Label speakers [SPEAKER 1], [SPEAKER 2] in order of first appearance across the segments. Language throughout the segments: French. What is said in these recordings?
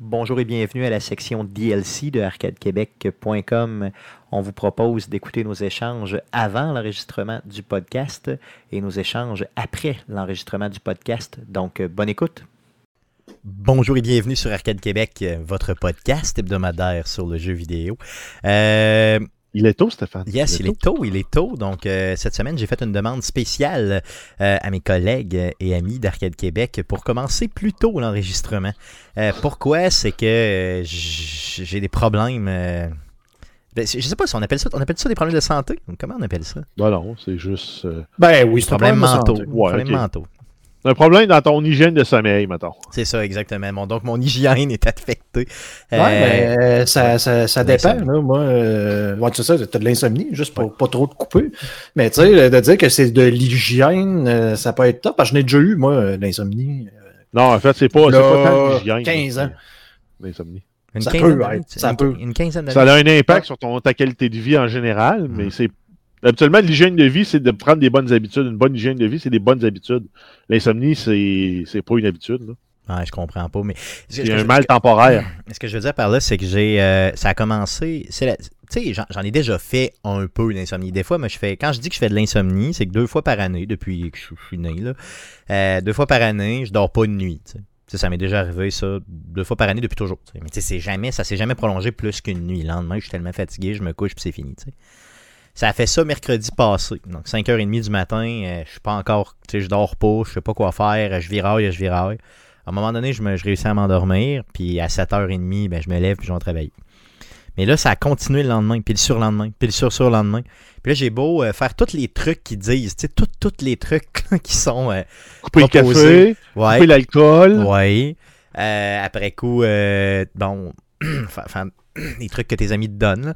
[SPEAKER 1] Bonjour et bienvenue à la section DLC de arcadequebec.com. On vous propose d'écouter nos échanges avant l'enregistrement du podcast et nos échanges après l'enregistrement du podcast. Donc, euh, bonne écoute. Bonjour et bienvenue sur Arcade Québec, euh, votre podcast hebdomadaire sur le jeu vidéo. Euh,
[SPEAKER 2] il est tôt, Stéphane.
[SPEAKER 1] Yes, il est, il est tôt. tôt, il est tôt. Donc, euh, cette semaine, j'ai fait une demande spéciale euh, à mes collègues et amis d'Arcade Québec pour commencer plus tôt l'enregistrement. Euh, pourquoi? C'est que euh, j'ai des problèmes. euh, Ben, je sais pas si on appelle ça, on appelle ça des problèmes de santé. Comment on appelle ça?
[SPEAKER 2] Ben non, c'est juste. euh,
[SPEAKER 1] ben oui, c'est problème, mentaux. Ouais, problème okay. mentaux.
[SPEAKER 2] Un problème dans ton hygiène de sommeil, mettons.
[SPEAKER 1] C'est ça, exactement. Bon, donc, mon hygiène est affectée.
[SPEAKER 3] Euh, ouais, mais ça, ça, ça dépend. Là, moi, euh, ouais, tu sais, t'as de l'insomnie, juste pour ouais. pas trop te couper. Mais tu sais, de dire que c'est de l'hygiène, euh, ça peut être top. Parce que j'en ai déjà eu, moi, euh, de l'insomnie.
[SPEAKER 2] Non, en fait, c'est pas, pas l'hygiène.
[SPEAKER 3] 15 ans.
[SPEAKER 2] L'insomnie.
[SPEAKER 3] Une ça quinzaine peut être, ça peut.
[SPEAKER 1] Une quinzaine
[SPEAKER 2] ça a un
[SPEAKER 1] Ah.
[SPEAKER 2] impact sur ton, ta qualité de vie en général, mm. mais c'est Habituellement, l'hygiène de vie, c'est de prendre des bonnes habitudes. Une bonne hygiène de vie, c'est des bonnes habitudes. L'insomnie, c'est pas une habitude. Là.
[SPEAKER 1] Ouais, je comprends pas, mais.
[SPEAKER 2] C'est -ce un je... mal temporaire.
[SPEAKER 1] Ce que je veux dire par là, c'est que j'ai. Euh, ça a commencé. La... Tu sais, j'en ai déjà fait un peu l'insomnie. Des fois, mais je fais. Quand je dis que je fais de l'insomnie, c'est que deux fois par année, depuis que je suis né, là, euh, deux fois par année, je dors pas de nuit. T'sais. Ça, ça m'est déjà arrivé, ça, deux fois par année depuis toujours. T'sais. Mais tu sais, jamais, ça s'est jamais prolongé plus qu'une nuit. Le lendemain, je suis tellement fatigué, je me couche, puis c'est fini. T'sais. Ça a fait ça mercredi passé. Donc 5h30 du matin, euh, je suis pas encore, tu sais, je dors pas, je sais pas quoi faire, je viraille, je viraille. À un moment donné, je, me, je réussis à m'endormir, puis à 7h30, ben, je me lève puis je vais travailler. Mais là, ça a continué le lendemain, puis le surlendemain, puis le sur-surlendemain. Puis là, j'ai beau euh, faire tous les trucs qu'ils disent, tu sais, tous tout les trucs qui sont euh,
[SPEAKER 2] Couper proposés. le café, ouais. couper l'alcool.
[SPEAKER 1] Oui. Euh, après coup, euh, bon, enfin, les trucs que tes amis te donnent.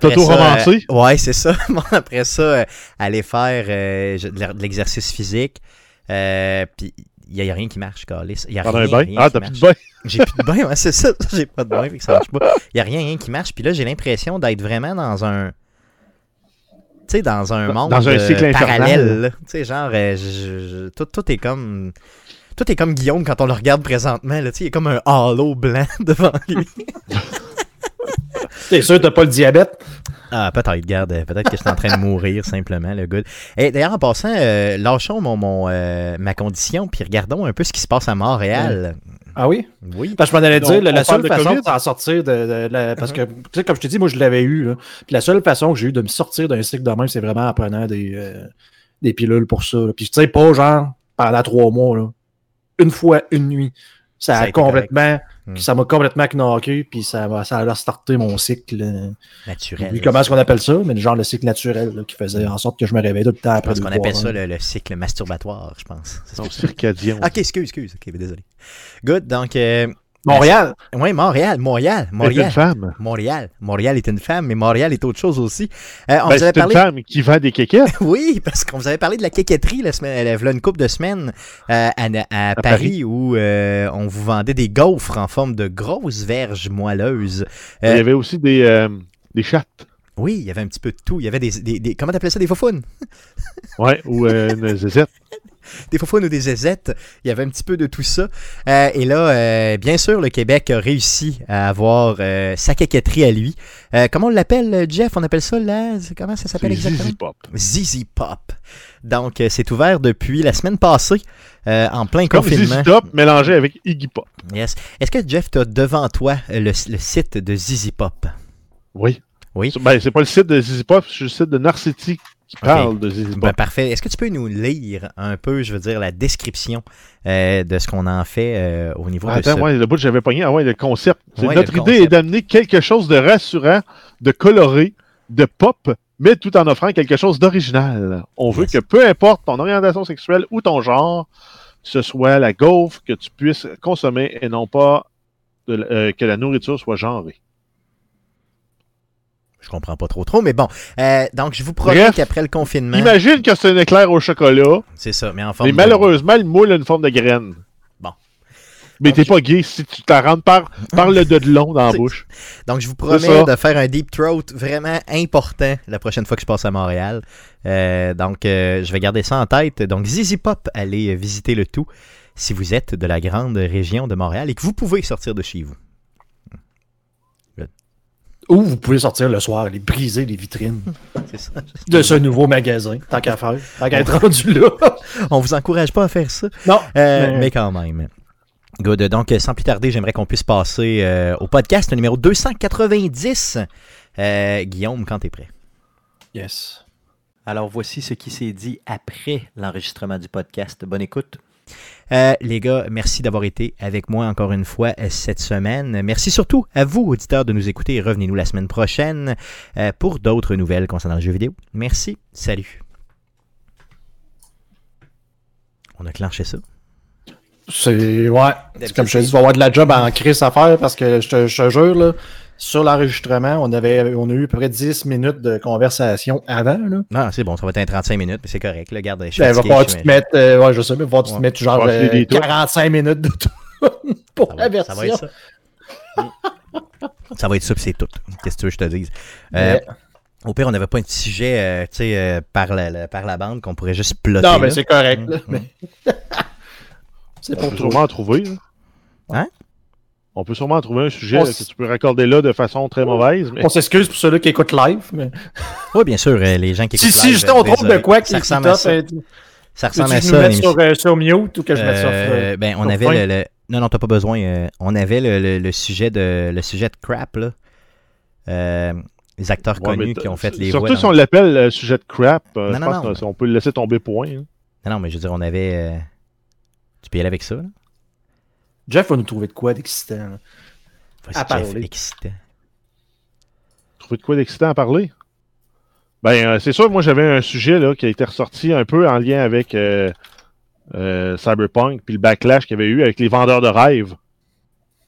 [SPEAKER 2] T'auto-romancer?
[SPEAKER 1] Euh, ouais, c'est ça. après ça, euh, aller faire euh, de l'exercice physique. euh, Puis il n'y a, a, rien qui marche, Carlis. Y a rien,
[SPEAKER 2] rien ah, t'as plus de bain?
[SPEAKER 1] J'ai plus de bain, ouais, c'est ça. J'ai pas de bain, puis ça marche pas. Il n'y a rien, rien qui marche. Puis là, j'ai l'impression d'être vraiment dans un. Tu sais, dans un monde euh,
[SPEAKER 2] dans un cycle
[SPEAKER 1] parallèle. Tu sais, genre, euh, je, je, tout, tout est comme. Tout est comme Guillaume quand on le regarde présentement. Là, il est comme un halo blanc devant lui.
[SPEAKER 3] T'es sûr que t'as pas le diabète?
[SPEAKER 1] Ah, peut-être, garde. Peut-être que je suis en train de mourir simplement, le good. Et d'ailleurs, en passant, euh, lâchons mon, mon euh, ma condition, puis regardons un peu ce qui se passe à Montréal.
[SPEAKER 3] Ah oui?
[SPEAKER 1] Oui.
[SPEAKER 3] Parce que je m'en allais dire, là, la seule de façon d'en sortir, de, de, de la, parce que,
[SPEAKER 1] Uh-huh.
[SPEAKER 3] tu sais, comme je te dis, moi, je l'avais eu. Là, puis la seule façon que j'ai eu de me sortir d'un cycle de même, c'est vraiment en prenant des, euh, des pilules pour ça. Là. Puis, tu sais, pas genre pendant trois mois, là. une fois, une nuit. Ça, ça a complètement. Correct.
[SPEAKER 1] Hmm.
[SPEAKER 3] Ça m'a complètement knocké, puis ça, ça a starté mon cycle. euh.
[SPEAKER 1] Naturel.
[SPEAKER 3] Puis comment est-ce qu'on appelle ça? Mais genre le cycle naturel là, qui faisait en sorte que je me réveillais tout le temps après.
[SPEAKER 1] Parce qu'on appelle ça le, le, cycle masturbatoire, je pense. Ah,
[SPEAKER 2] Non, circadien.
[SPEAKER 1] ok, excuse, excuse. Ok, ben, désolé. Good, donc. Euh,
[SPEAKER 3] Montréal.
[SPEAKER 1] Oui, Montréal, Montréal, Montréal.
[SPEAKER 2] Est une femme.
[SPEAKER 1] Montréal. Montréal est une femme, mais Montréal est autre chose aussi.
[SPEAKER 2] Euh, on ben, vous avait parlé... une femme qui vend des kékettes.
[SPEAKER 1] oui, parce qu'on vous avait parlé de la kéketterie la semaine, la, une couple de semaines euh, à, à, à, Paris, Paris. où euh, on vous vendait des gaufres en forme de grosses verges moelleuses.
[SPEAKER 2] il y avait aussi des, euh, des chattes.
[SPEAKER 1] Oui, il y avait un petit peu de tout. Il y avait des. des, des comment t'appelais ça Des faufounes
[SPEAKER 2] Ouais, ou euh, une zézette.
[SPEAKER 1] Des faufounes ou des zézettes. Il y avait un petit peu de tout ça. Euh, et là, euh, bien sûr, le Québec a réussi à avoir euh, sa caquetterie à lui. Euh, comment on l'appelle, Jeff On appelle ça là Comment ça s'appelle exactement
[SPEAKER 2] Zizi Pop.
[SPEAKER 1] Zizi Pop. Donc, euh, c'est ouvert depuis la semaine passée, euh, en plein
[SPEAKER 2] Comme
[SPEAKER 1] confinement. Zizi
[SPEAKER 2] Pop mélangé avec Iggy Pop.
[SPEAKER 1] Yes. Est-ce que, Jeff, tu as devant toi euh, le, le site de Zizi Pop
[SPEAKER 2] Oui.
[SPEAKER 1] Oui.
[SPEAKER 2] Ben, c'est pas le site de Zizi Pop, c'est le site de Narcity qui okay. parle de Zizi Pop. Ben,
[SPEAKER 1] parfait. Est-ce que tu peux nous lire un peu, je veux dire, la description euh, de ce qu'on en fait euh, au niveau
[SPEAKER 2] ah,
[SPEAKER 1] de
[SPEAKER 2] Attends, ce... ouais, le bout j'avais pogné, ah, ouais, le concept. Ouais, notre le idée concept. est d'amener quelque chose de rassurant, de coloré, de pop, mais tout en offrant quelque chose d'original. On yes. veut que peu importe ton orientation sexuelle ou ton genre, ce soit la gaufre que tu puisses consommer et non pas de, euh, que la nourriture soit genrée
[SPEAKER 1] je comprends pas trop trop, mais bon. Euh, donc, je vous promets qu'après le confinement.
[SPEAKER 2] Imagine que c'est un éclair au chocolat.
[SPEAKER 1] C'est ça, mais en forme. Mais
[SPEAKER 2] de... malheureusement, le moule a une forme de graine.
[SPEAKER 1] Bon.
[SPEAKER 2] Mais t'es je... pas gay si tu t'en rentres par, par le de long dans la bouche.
[SPEAKER 1] Donc, je vous promets de faire un deep throat vraiment important la prochaine fois que je passe à Montréal. Euh, donc, euh, je vais garder ça en tête. Donc, Zizi Pop, allez euh, visiter le tout si vous êtes de la grande région de Montréal et que vous pouvez sortir de chez vous.
[SPEAKER 3] Ou vous pouvez sortir le soir, aller briser les vitrines ça, de ce nouveau magasin, tant qu'à faire, tant qu'à être rendu là.
[SPEAKER 1] On vous encourage pas à faire ça.
[SPEAKER 3] Non.
[SPEAKER 1] Euh, mais... mais quand même. Good. Donc, euh, sans plus tarder, j'aimerais qu'on puisse passer euh, au podcast numéro 290. Euh, Guillaume, quand t'es prêt.
[SPEAKER 3] Yes.
[SPEAKER 1] Alors, voici ce qui s'est dit après l'enregistrement du podcast. Bonne écoute. Euh, les gars, merci d'avoir été avec moi encore une fois euh, cette semaine. Merci surtout à vous, auditeurs, de nous écouter et revenez-nous la semaine prochaine euh, pour d'autres nouvelles concernant le jeu vidéo. Merci, salut. On a clenché ça.
[SPEAKER 3] C'est. Ouais. C'est comme je te dis, il va y avoir de la job en crise à faire parce que je te, je te jure, là, sur l'enregistrement, on, avait, on a eu à peu près 10 minutes de conversation avant. Là.
[SPEAKER 1] Non, c'est bon, ça va être un 35 minutes, mais c'est correct. Là, garde,
[SPEAKER 3] je ben, va falloir tu te mettre, euh, ouais, je sais, mais va falloir ouais. tu te mettre genre euh, 45 tôt. minutes de tout pour
[SPEAKER 1] ça la va, version. Ça va être ça. Mm. ça va être ça, c'est tout. Qu'est-ce que tu veux que je te dise? Euh, ouais. Au pire, on n'avait pas un petit sujet euh, sais, par, la, par la bande qu'on pourrait juste plotter.
[SPEAKER 3] Non, mais c'est correct.
[SPEAKER 1] Mm,
[SPEAKER 3] Mmh, mais...
[SPEAKER 2] c'est pour trouver. en trouver. Là.
[SPEAKER 1] Hein?
[SPEAKER 2] On peut sûrement trouver un sujet que tu peux raccorder là de façon très mauvaise. Mais...
[SPEAKER 3] On s'excuse pour ceux-là qui écoutent live. Mais...
[SPEAKER 1] oui, bien sûr, euh, les gens qui écoutent ben,
[SPEAKER 3] si, live. Si, si, on trouve de quoi qui ben,
[SPEAKER 1] ça ressemble à ça.
[SPEAKER 3] Et...
[SPEAKER 1] Ça ressemble à
[SPEAKER 3] tu
[SPEAKER 1] ça.
[SPEAKER 3] Nous sur, euh, sur mute ou que je mette euh,
[SPEAKER 1] sur. ben, on sur avait point? le, le. Non, non, t'as pas besoin. Euh, on avait le, le, le, sujet de, le sujet de crap, là. les acteurs ouais, connus qui ont fait les
[SPEAKER 2] Surtout
[SPEAKER 1] voix
[SPEAKER 2] si dans... on l'appelle le sujet de crap, non, je non, pense non, que, on peut le laisser tomber point. Hein.
[SPEAKER 1] Non, non, mais je veux dire, on avait. euh, Tu peux y aller avec ça, là?
[SPEAKER 3] Jeff va nous trouver de quoi d'excitant.
[SPEAKER 1] À Jeff parler. Excitant.
[SPEAKER 2] Trouver de quoi d'excitant à parler? Ben, euh, c'est sûr, moi j'avais un sujet là, qui a été ressorti un peu en lien avec euh, euh, Cyberpunk puis le backlash qu'il y avait eu avec les vendeurs de rêves.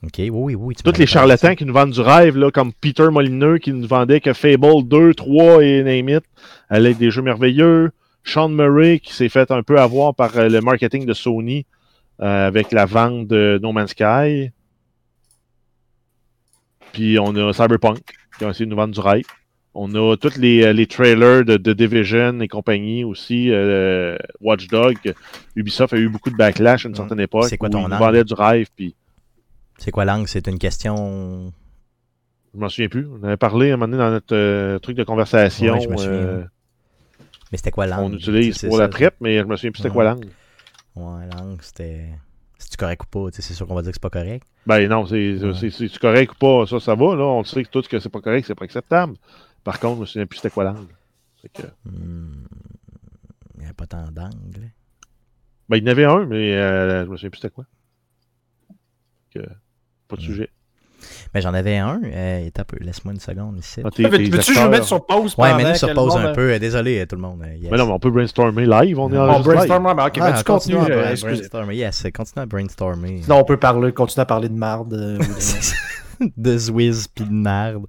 [SPEAKER 1] Ok, oui, oui, oui.
[SPEAKER 2] Tous les charlatans qui nous vendent du rêve, là, comme Peter Molineux qui nous vendait que Fable 2, 3 et Name It allaient être des jeux merveilleux. Sean Murray qui s'est fait un peu avoir par euh, le marketing de Sony euh, avec la vente de No Man's Sky. Puis on a Cyberpunk qui a essayé de nous vendre du rêve. On a tous les, les trailers de, de, Division et compagnie aussi. Euh, Watchdog, Ubisoft a eu beaucoup de backlash à une certaine époque.
[SPEAKER 1] C'est quoi ton
[SPEAKER 2] ils nous vendaient du rêve. Puis...
[SPEAKER 1] C'est quoi l'angle C'est une question.
[SPEAKER 2] Je m'en souviens plus. On avait parlé à un moment donné dans notre euh, truc de conversation. Ouais,
[SPEAKER 1] je Ah, mais c'était quoi l'angle
[SPEAKER 2] On utilise pour la prep, mais je me souviens plus c'était ouais. quoi l'angle.
[SPEAKER 1] Ouais, l'angle, c'était. C'est-tu correct ou pas? C'est sûr qu'on va dire que c'est pas correct.
[SPEAKER 2] Ben non, c'est ouais. correct ou pas, ça, ça va. Là. On sait que tout ce que c'est pas correct, c'est pas acceptable. Par contre, je me souviens plus c'était quoi l'angle.
[SPEAKER 1] Que... Mmh. Il n'y a pas tant d'angles.
[SPEAKER 2] Ben, il y en avait un, mais euh, je me souviens plus c'était quoi. Que... Pas de mmh. sujet.
[SPEAKER 1] Ben, j'en avais un. Euh, un peu... Laisse-moi une seconde ici.
[SPEAKER 3] Ah, Peux-tu je mettre sur pause?
[SPEAKER 1] Ouais, mais nous sur pause un peu. Désolé, euh, tout le monde. Yes.
[SPEAKER 2] Mais Ben non, mais on peut brainstormer live. On est
[SPEAKER 3] en On brainstormer, mais ok, ah, mais tu continues.
[SPEAKER 1] Continue à, à brainstormer, yes, euh, continue à brainstormer.
[SPEAKER 3] Sinon, on peut parler, continuer à parler de marde. Euh,
[SPEAKER 1] de Zwiz puis de marde.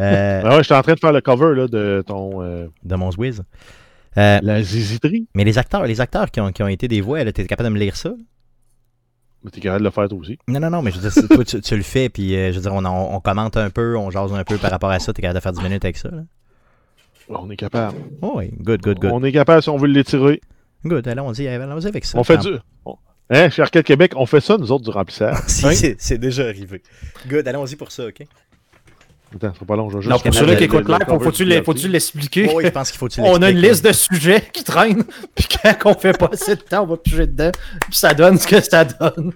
[SPEAKER 1] Euh,
[SPEAKER 2] ben ouais, j'étais en train de faire le cover là, de ton. euh,
[SPEAKER 1] De mon Zwiz. Euh,
[SPEAKER 2] la ziziterie.
[SPEAKER 1] Mais les acteurs, les acteurs qui ont, qui ont été des voix, t'es capable de me lire ça?
[SPEAKER 2] Mais t'es capable de le faire toi aussi.
[SPEAKER 1] Non, non, non, mais je veux dire, toi, tu, tu, le fais, puis euh, je veux dire, on, on, on, commente un peu, on jase un peu par rapport à ça. T'es capable de faire 10 minutes avec ça, là?
[SPEAKER 2] On est capable.
[SPEAKER 1] Oh, oui, good, good, good.
[SPEAKER 2] On est capable si on veut l'étirer.
[SPEAKER 1] Good, allons-y, eh, allons-y avec ça.
[SPEAKER 2] On fait du. On... Hein, chez Arcade Québec, on fait ça, nous autres, du remplissage.
[SPEAKER 1] si, c'est déjà arrivé. Good, allons-y pour ça, OK?
[SPEAKER 2] Attends, c'est pas long, je vais juste.
[SPEAKER 3] Non, pour ceux-là qui écoutent live, faut-tu l'expliquer?
[SPEAKER 1] Oh Oui, je pense qu'il faut tu
[SPEAKER 3] On a une liste de sujets qui traînent, puis quand on fait pas assez de temps, on va piger dedans, puis ça donne ce que ça donne.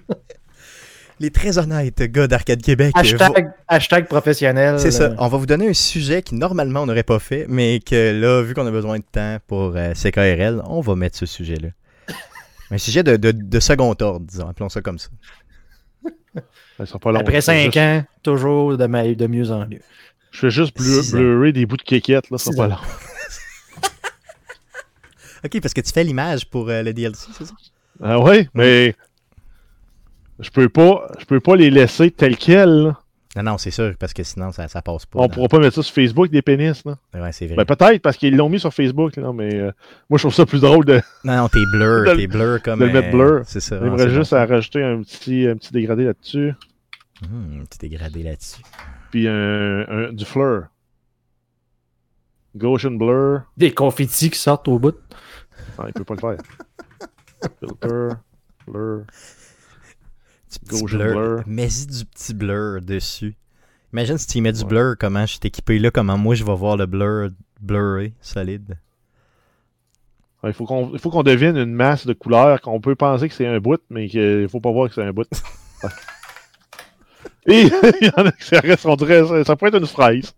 [SPEAKER 1] Les très honnêtes gars d'Arcade Québec. euh,
[SPEAKER 3] Hashtag, euh, hashtag professionnel.
[SPEAKER 1] C'est ça. On va vous donner un sujet qui normalement on n'aurait pas fait, mais que là, vu qu'on a besoin de temps pour euh, CKRL, on va mettre ce sujet-là. un sujet de, de, de second ordre, disons, appelons ça comme ça.
[SPEAKER 2] Pas long,
[SPEAKER 3] Après 5 Ah, juste... ans, toujours de, ma... de, mieux en mieux.
[SPEAKER 2] Je fais juste bleurer des bouts de kékette, là, ça pas long.
[SPEAKER 1] ok, parce que tu fais l'image pour euh, le DLC, c'est ça?
[SPEAKER 2] Ah ouais, mais je peux pas, je peux pas les laisser tels quels. Là.
[SPEAKER 1] Non, non, c'est sûr, parce que sinon, ça, ça passe pas.
[SPEAKER 2] On pourra pas mettre ça sur Facebook, des pénis, non?
[SPEAKER 1] Ouais, c'est vrai.
[SPEAKER 2] Ben, peut-être, parce qu'ils l'ont mis sur Facebook, là, mais euh, moi, je trouve ça plus drôle de...
[SPEAKER 1] Non, non, t'es blur, t'es blur comme...
[SPEAKER 2] De le mettre blur.
[SPEAKER 1] Ah, C'est ça.
[SPEAKER 2] J'aimerais juste à rajouter un petit, un petit dégradé là-dessus.
[SPEAKER 1] Mmh, un petit dégradé là-dessus.
[SPEAKER 2] Puis un, un, du fleur. Gaussian blur.
[SPEAKER 3] Des confettis qui sortent au bout.
[SPEAKER 2] Non, Ah, il peut pas le faire. Filter, blur.
[SPEAKER 1] Du petit blur. blur. Mets-y du petit blur dessus. Imagine si tu y mets du blur, comment je suis équipé là, comment moi je vais voir le blur blurré, solide.
[SPEAKER 2] Ouais, Ah, Il faut qu'on il faut qu'on devine une masse de couleurs qu'on peut penser que c'est un bout, mais qu'il faut pas voir que c'est un bout. Et il y en a qui ça reste, on dirait, ça- ça pourrait être une fraise.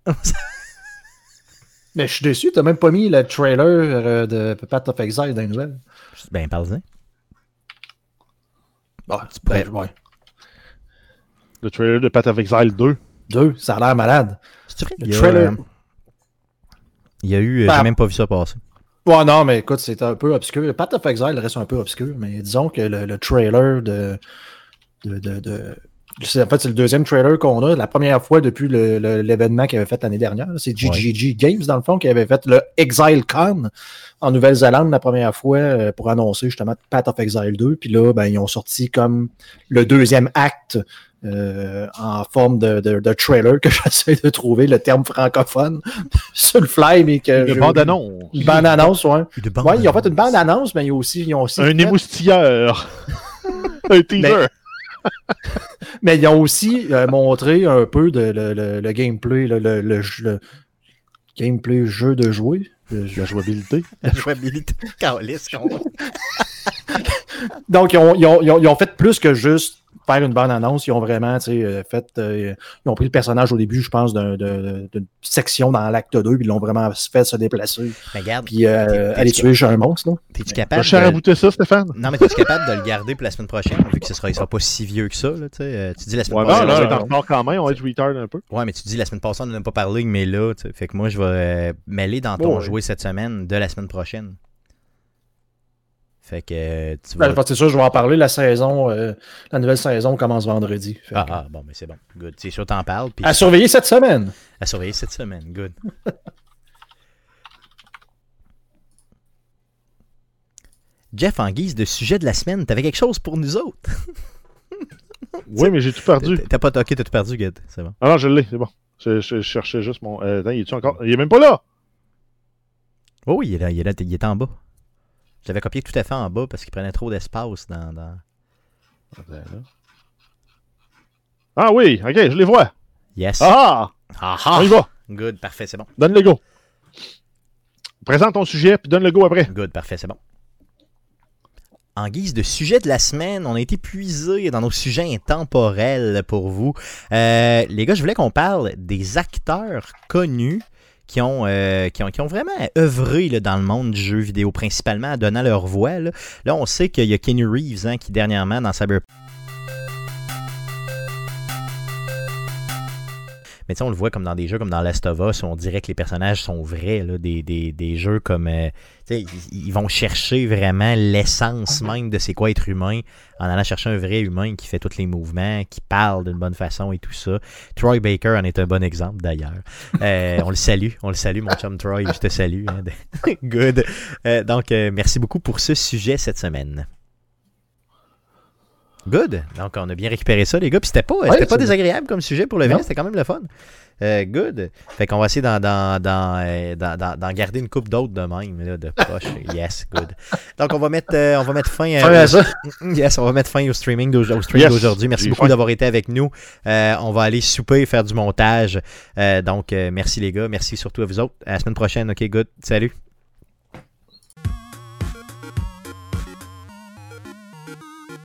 [SPEAKER 3] Mais je suis déçu, t'as même pas mis le trailer euh, de Path of Exile dans les nouvelles.
[SPEAKER 1] Je dis, Ben, parle-en.
[SPEAKER 3] Bon,
[SPEAKER 1] pourrais-
[SPEAKER 3] Ben, ouais.
[SPEAKER 2] Le trailer de Path of Exile 2.
[SPEAKER 3] Deux, ça a l'air malade.
[SPEAKER 1] C'est vrai?
[SPEAKER 3] Le
[SPEAKER 1] Il y a,
[SPEAKER 3] trailer.
[SPEAKER 1] euh, il y a eu. euh,
[SPEAKER 3] Bah.
[SPEAKER 2] Ben,
[SPEAKER 1] J'ai même pas vu ça passer.
[SPEAKER 3] Ouais, non, mais écoute, c'est un peu obscur. Path of Exile reste un peu obscur, mais disons que le, le trailer de. de, de, de- c'est- en fait, c'est le deuxième trailer qu'on a, la première fois depuis le- le- l'événement qu'il avait fait l'année dernière. C'est GGG Games, dans le fond, qui avait fait le Exile Con en Nouvelle-Zélande la première fois euh, pour annoncer justement Path of Exile 2. Puis là, ben, ils ont sorti comme le deuxième acte euh, en forme de, de, de trailer que j'essaie de trouver le terme francophone sur le fly, mais que.
[SPEAKER 2] Le
[SPEAKER 3] je-
[SPEAKER 2] bande-annonce.
[SPEAKER 3] Une bande-annonce, ouais.
[SPEAKER 1] De bande
[SPEAKER 3] Ouais, ils ont fait une bande-annonce, mais ils ont aussi. Ils ont aussi
[SPEAKER 2] Un
[SPEAKER 3] fait-
[SPEAKER 2] émoustilleur. un teaser.
[SPEAKER 3] mais ils ont aussi euh, montré un peu de, le, le- le gameplay, le, le- le jeu- le gameplay jeu de jouer. Le jeu-
[SPEAKER 2] La jouabilité.
[SPEAKER 1] La jouabilité. Calisse, qu'on-
[SPEAKER 3] Donc, ils ont, ils ont- ils ont- ils ont fait plus que juste faire une bande-annonce. Ils ont vraiment tu sais, euh, fait. euh, ils ont pris le personnage au début, je pense, d'un- d'un- d'une section dans l'acte 2, puis ils l'ont vraiment fait se déplacer,
[SPEAKER 1] Mais regarde,
[SPEAKER 3] puis euh,
[SPEAKER 1] T'es- t'es-
[SPEAKER 3] aller tuer un monstre. là.
[SPEAKER 1] t'es-tu
[SPEAKER 2] T'as
[SPEAKER 1] capable. de-
[SPEAKER 2] charabouté ça, Stéphane?
[SPEAKER 1] Non, mais t'es-tu capable de le garder pour la semaine prochaine, vu que ce sera, il sera pas si vieux que ça, là, tu sais. euh, Tu dis la semaine
[SPEAKER 2] Ouais,
[SPEAKER 1] prochaine.
[SPEAKER 2] non, là,
[SPEAKER 1] je
[SPEAKER 2] on
[SPEAKER 1] vais-
[SPEAKER 2] est en retard quand même. On va être retard un peu.
[SPEAKER 1] Ouais, mais tu dis la semaine passée, on n'en a pas parlé, mais là, tu sais, fait que moi, je vais euh, mêler dans ton
[SPEAKER 2] Ouais.
[SPEAKER 1] jouet cette semaine de la semaine prochaine. Fait que euh, tu
[SPEAKER 3] Ben,
[SPEAKER 1] vas.
[SPEAKER 3] parce que c'est sûr, je vais en parler. La saison, euh, la nouvelle saison commence vendredi. Fait que-
[SPEAKER 1] Ah, ah, bon, mais c'est bon. Good. C'est sûr, t'en parles. Puis
[SPEAKER 3] À surveiller cette semaine.
[SPEAKER 1] à surveiller cette semaine. Good. Jeff, en guise de sujet de la semaine, t'avais quelque chose pour nous autres.
[SPEAKER 2] Oui, mais j'ai tout perdu.
[SPEAKER 1] T'as pas toqué, t'as tout perdu, Good. C'est bon.
[SPEAKER 2] Ah non, je l'ai, c'est bon. Je, je- je cherchais juste mon. euh, attends, il est-tu encore. Il est même pas là!
[SPEAKER 1] Oh oui, il est là, il est, là, il est en bas. Je l'avais copié tout à fait en bas parce qu'il prenait trop d'espace dans. dans...
[SPEAKER 2] Ben Ah oui, ok, je les vois.
[SPEAKER 1] Yes.
[SPEAKER 2] Ah!
[SPEAKER 1] Ah
[SPEAKER 2] On
[SPEAKER 1] ah!
[SPEAKER 2] y va!
[SPEAKER 1] Good, parfait, c'est bon.
[SPEAKER 2] Donne le go. Présente ton sujet, puis donne le go après.
[SPEAKER 1] Good, parfait, c'est bon. En guise de sujet de la semaine, on a été puisé dans nos sujets intemporels pour vous. Euh, les gars, je voulais qu'on parle des acteurs connus qui ont, euh, qui ont, qui ont vraiment œuvré là, dans le monde du jeu vidéo, principalement en donnant leur voix. Là, Là, on sait qu'il y a Kenny Reeves hein, qui, dernièrement, dans Cyberpunk, Mais tu sais, on le voit comme dans des jeux comme dans Last of Us, où on dirait que les personnages sont vrais, là, des, des- des jeux comme. euh, tu sais, ils, ils vont chercher vraiment l'essence
[SPEAKER 3] Mhm.
[SPEAKER 1] même de c'est quoi être humain en allant chercher un vrai humain qui fait tous les mouvements, qui parle d'une bonne façon et tout ça. Troy Baker en est un bon exemple d'ailleurs. Euh, on le salue, on le salue, mon chum Troy, je te salue. hein. Good. Euh, donc, euh, merci beaucoup pour ce sujet cette semaine. Good. Donc, on a bien récupéré ça, les gars. Puis c'était pas, euh, c'était pas
[SPEAKER 3] c'est-
[SPEAKER 1] désagréable comme sujet pour le vrai,
[SPEAKER 3] Non.
[SPEAKER 1] c'était quand même le fun. Euh, good. Fait qu'on va essayer d'en, d'en- d'en, euh, d'en- d'en- d'en garder une coupe d'autres de même, là, de poche. Yes, good. Donc, on va mettre, euh, on va mettre fin euh,
[SPEAKER 3] Ouais, ça.
[SPEAKER 1] Yes, on va mettre fin au streaming d'au- au stream
[SPEAKER 2] Yes.
[SPEAKER 1] d'aujourd'hui. Merci
[SPEAKER 2] J'ai
[SPEAKER 1] beaucoup
[SPEAKER 2] faim.
[SPEAKER 1] d'avoir été avec nous. Euh, on va aller souper et faire du montage. Euh, donc, euh, merci les gars. Merci surtout à vous autres. À la semaine prochaine. OK, good. Salut.